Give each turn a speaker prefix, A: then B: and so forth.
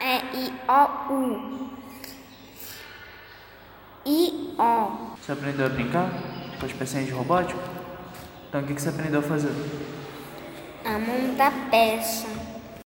A: E, I, O, U. I, O.
B: Você aprendeu a brincar com as pecinhas de robótica? Então o que que você aprendeu a fazer?
A: A mão da peça.